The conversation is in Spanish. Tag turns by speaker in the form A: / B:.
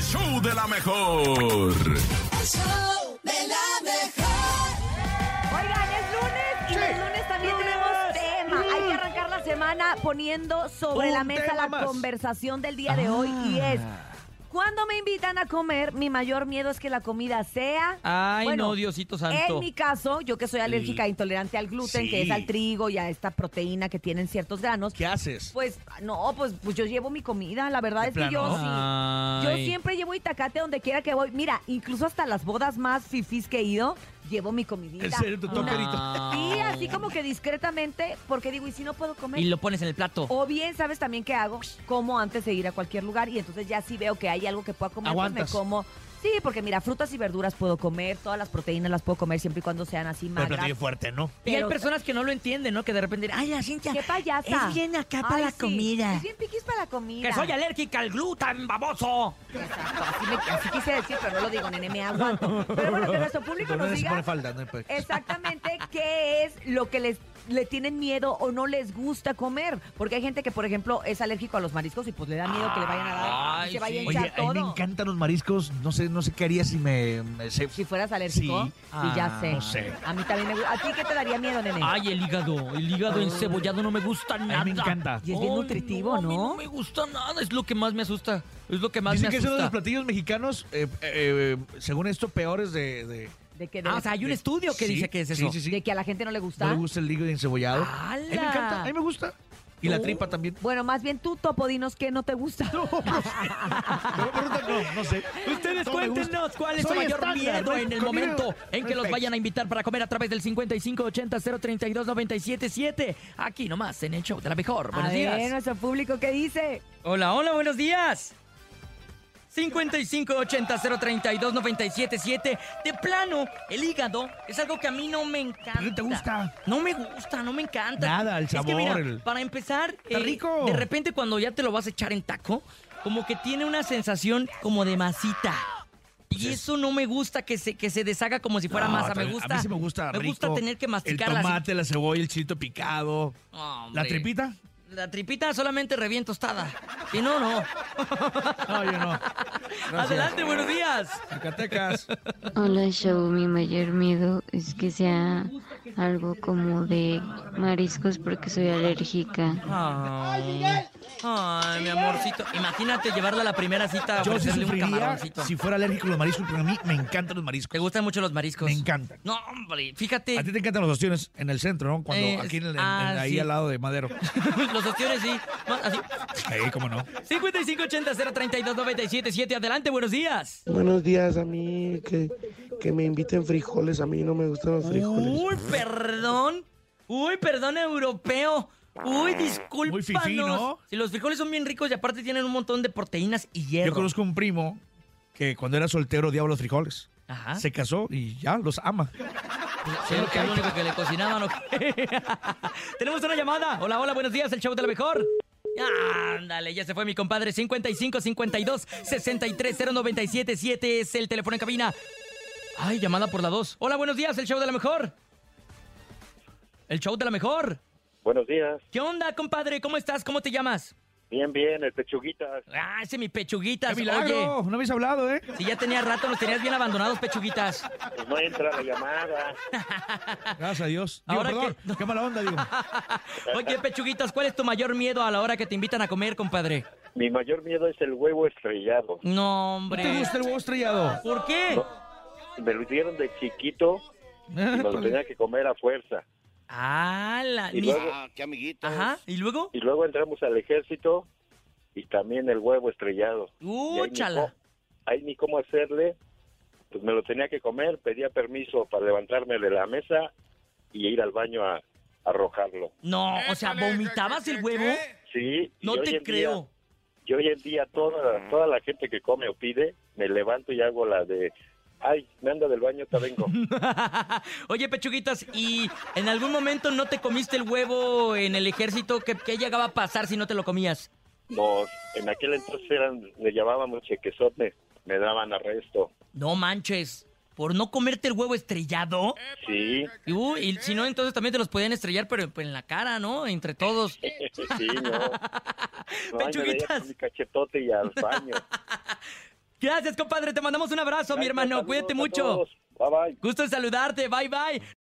A: show de la mejor.
B: El show de la mejor.
C: Oigan, es lunes y los lunes también tenemos tema. Hay que arrancar la semana poniendo sobre
D: Un
C: la mesa
D: tema
C: la
D: más. Ah.
C: conversación del día de hoy y es. Cuando me invitan a comer, mi mayor miedo es que la comida sea.
E: Ay,
C: Bueno,
E: no, Diosito
C: En
E: Santo.
C: mi caso, yo que soy alérgica e intolerante al gluten, que es
D: Sí.
C: al trigo y a esta proteína que tienen ciertos granos,
D: ¿Qué haces?
C: pues no, pues, pues yo llevo mi comida. La verdad
D: ¿De
C: es que yo
D: plano?
C: sí. Yo
E: Ay.
C: siempre llevo itacate donde quiera que voy. Mira, incluso hasta las bodas más fifís que he ido, llevo mi comidita.
D: En serio, tu
C: Una-
D: toperito.
C: Sí, así como que discretamente, porque digo, ¿y si no puedo comer?
E: Y lo pones en el plato.
C: O bien, ¿sabes también qué hago? Como antes de ir a cualquier lugar y entonces ya sí veo que hay algo que pueda comer, pues me
D: Aguantas.
C: como. Sí, porque mira, frutas y verduras puedo comer, todas las proteínas las puedo comer siempre y cuando sean así
D: Pero
C: magras.
D: platillo fuerte, ¿no?
E: y hay
C: pero-
E: personas que no lo entienden, ¿no? Que de repente, "Ah, ay, la Cintia.
C: ¡Qué payasa!
E: Es bien acá para
C: Ay,
E: la
C: sí,
E: comida.
C: Es bien piquis para la comida.
E: Que soy alérgica al gluten, baboso.
C: Exacto, así, me- así quise decir, pero no lo digo, nene, me aguanto. Pero bueno, que nuestro público nos
D: se pone
C: diga
D: falda, no hay pe-
C: exactamente qué es lo que les le tienen miedo o no les gusta comer. Porque hay gente que, por ejemplo, es alérgico a los mariscos y pues le da miedo que le vayan a dar y
E: Ay,
C: se vaya a
E: sí.
C: hinchar
D: Oye, a mí
C: todo.
D: me encantan los mariscos. No sé, no sé qué haría si me... me- se-
C: Si fueras alérgico,
D: Sí.
C: sí, ya
E: Ah,
C: sé.
D: no sé.
C: A mí también me gusta. ¿A ti qué te daría miedo, nene?
E: Ay, el hígado. El hígado encebollado no me gusta nada.
D: me encanta.
C: Y es bien
E: Ay,
C: nutritivo,
E: a mí
C: ¿no?
E: no me gusta nada. Es lo que más me asusta. Es lo que más
D: Dicen
E: me
D: que es uno de los
E: asusta.
D: platillos mexicanos, eh, eh, eh, según esto, peores de... de-
C: De que, de,
E: Ah, o sea, hay un
D: de-
E: estudio que
D: Sí,
E: dice que es
D: sí,
E: eso.
D: Sí, sí,
C: de que a la gente no le gusta.
D: No le gusta el hígado encebollado. A mí me
E: ¡Hala!
D: encanta, a mí me gusta. Y la tripa también.
C: Bueno, más bien tú, Topo, dinos qué no te gusta.
D: No, me preguntan, no, no sé.
E: Ustedes
D: No me gusta.
E: cuéntenos cuál es su
D: Soy
E: mayor
D: estándar,
E: miedo
D: no hay
E: en el
D: comida,
E: momento en que
D: no hay
E: los
D: pex.
E: vayan a invitar para comer a través del 5580-032-977. Aquí nomás, en el show de la mejor.
C: a
E: Buenos
C: ver,
E: días.
C: nuestro público, ¿qué dice?
E: Hola, hola, buenos días. 5580-032-977. De plano, el hígado es algo que a mí no me encanta.
D: ¿Por qué te gusta?
E: No me gusta, no me encanta.
D: Nada, el
E: Es que
D: sabor,
E: mira,
D: el-
E: para empezar, eh,
D: Está rico.
E: de repente cuando ya te lo vas a echar en taco, como que tiene una sensación como de masita. Y eso no me gusta que se, que se deshaga como si fuera
D: No,
E: masa. Me
D: también-
E: gusta.
D: A mí sí me gusta
E: Me
D: rico.
E: gusta tener que masticarla.
D: El
E: así.
D: tomate, la cebolla, el chilito picado.
E: No,
D: ¿La
E: hombre.
D: tripita?
E: La tripita solamente reviento tostada. Si no, no.
D: No, yo no.
E: Adelante, buenos días.
D: Zacatecas.
F: Hola, show. Mi mayor miedo es que sea algo como de mariscos porque soy alérgica.
E: Ay, mi amorcito. Imagínate llevarla a la primera cita a
D: Yo sí
E: ofrecerle un
D: sufriría
E: camaroncito.
D: si fuera alérgico a los mariscos, pero a mí me encantan los mariscos.
E: ¿Te gustan mucho los mariscos?
D: Me encantan.
E: No, hombre,
D: A ti
E: fíjate.
D: te encantan los ostiones en el centro, ¿no? Cuando
E: Eh,
D: aquí en el- en-
E: ah,
D: en- ahí
E: sí.
D: al lado de Madero.
E: los ostiones sí. No, Así.
D: Ahí, cómo no.
E: 5580-032-977. Adelante, buenos días.
G: Buenos días, a mí que, que me inviten frijoles, a mí no me gustan los frijoles.
E: Uy, perdón. Uy, perdón, europeo. Uy, discúlpanos.
D: Muy fifí, ¿no?
E: Si los frijoles son bien ricos y aparte tienen un montón de proteínas y hierro.
D: Yo conozco un primo que cuando era soltero odiaba los frijoles.
E: Ajá.
D: Se casó y ya los ama.
E: Sí, que era lo único que le cocinaban. ¿o qué? Tenemos una llamada. Hola, hola, buenos días, el show de la mejor. Ándale, ya se fue mi compadre. 55 52 63 097 7 es el teléfono en cabina. Ay, llamada por la 2. Hola, buenos días, el show de la mejor. El show de la mejor.
H: Buenos días.
E: ¿Qué onda, compadre? ¿Cómo estás? ¿Cómo te llamas?
H: Bien, bien, el pechuguitas.
E: Ah, ese es mi pechuguitas.
D: ¡Qué milagro! No habéis hablado, ¿eh?
E: Oye, si ya tenía rato, nos tenías bien abandonados, pechuguitas.
H: Pues no entra la llamada.
D: Gracias a Dios. Digo,
E: Ahora
D: perdón, qué mala onda, digo.
E: Oye, pechuguitas, ¿cuál es tu mayor miedo a la hora que te invitan a comer, compadre?
H: Mi mayor miedo es el huevo estrellado.
E: No,
D: ¿No te
E: hombre.
D: gusta el huevo estrellado?
E: ¿Por qué?
H: No. Me lo hicieron de chiquito y me lo tenía que comer a fuerza.
E: Ah, la.
H: Y
E: ni-
H: luego,
E: Ajá, ¿y luego?
H: y luego entramos al ejército y también el huevo estrellado. Y ahí ni
E: ¡Úchala!
H: cómo- Ahí ni cómo hacerle. Pues me lo tenía que comer, pedía permiso para levantarme de la mesa y ir al baño a, a arrojarlo.
E: No, o sea, ¿vomitabas el huevo?
H: Sí. y
E: No
H: hoy en
E: te
H: día-
E: creo.
H: Y hoy en día toda, toda la gente que come o pide, me levanto y hago la de, ay, me ando del baño, te vengo.
E: Oye, pechuguitas, ¿y en algún momento no te comiste el huevo en el ejército? ¿Qué, qué llegaba a pasar si no te lo comías?
H: Nos, en aquel entonces eran, le llamábamos chequezote, me daban arresto.
E: No manches. ¿Por no comerte el huevo estrellado?
H: Eh, Sí,
E: Y, uy, y si no, entonces también te los podían estrellar, pero pues, en la cara, ¿no? Entre todos.
H: Eh, sí, no. no ay, me veía
E: Pechuguitas.
H: con mi cachetote y al baño.
E: Gracias, compadre. Te mandamos un abrazo, mi hermano.
H: Saludos
E: Cuídate
H: a
E: mucho.
H: todos. Bye bye.
E: Gusto en saludarte. Bye, bye.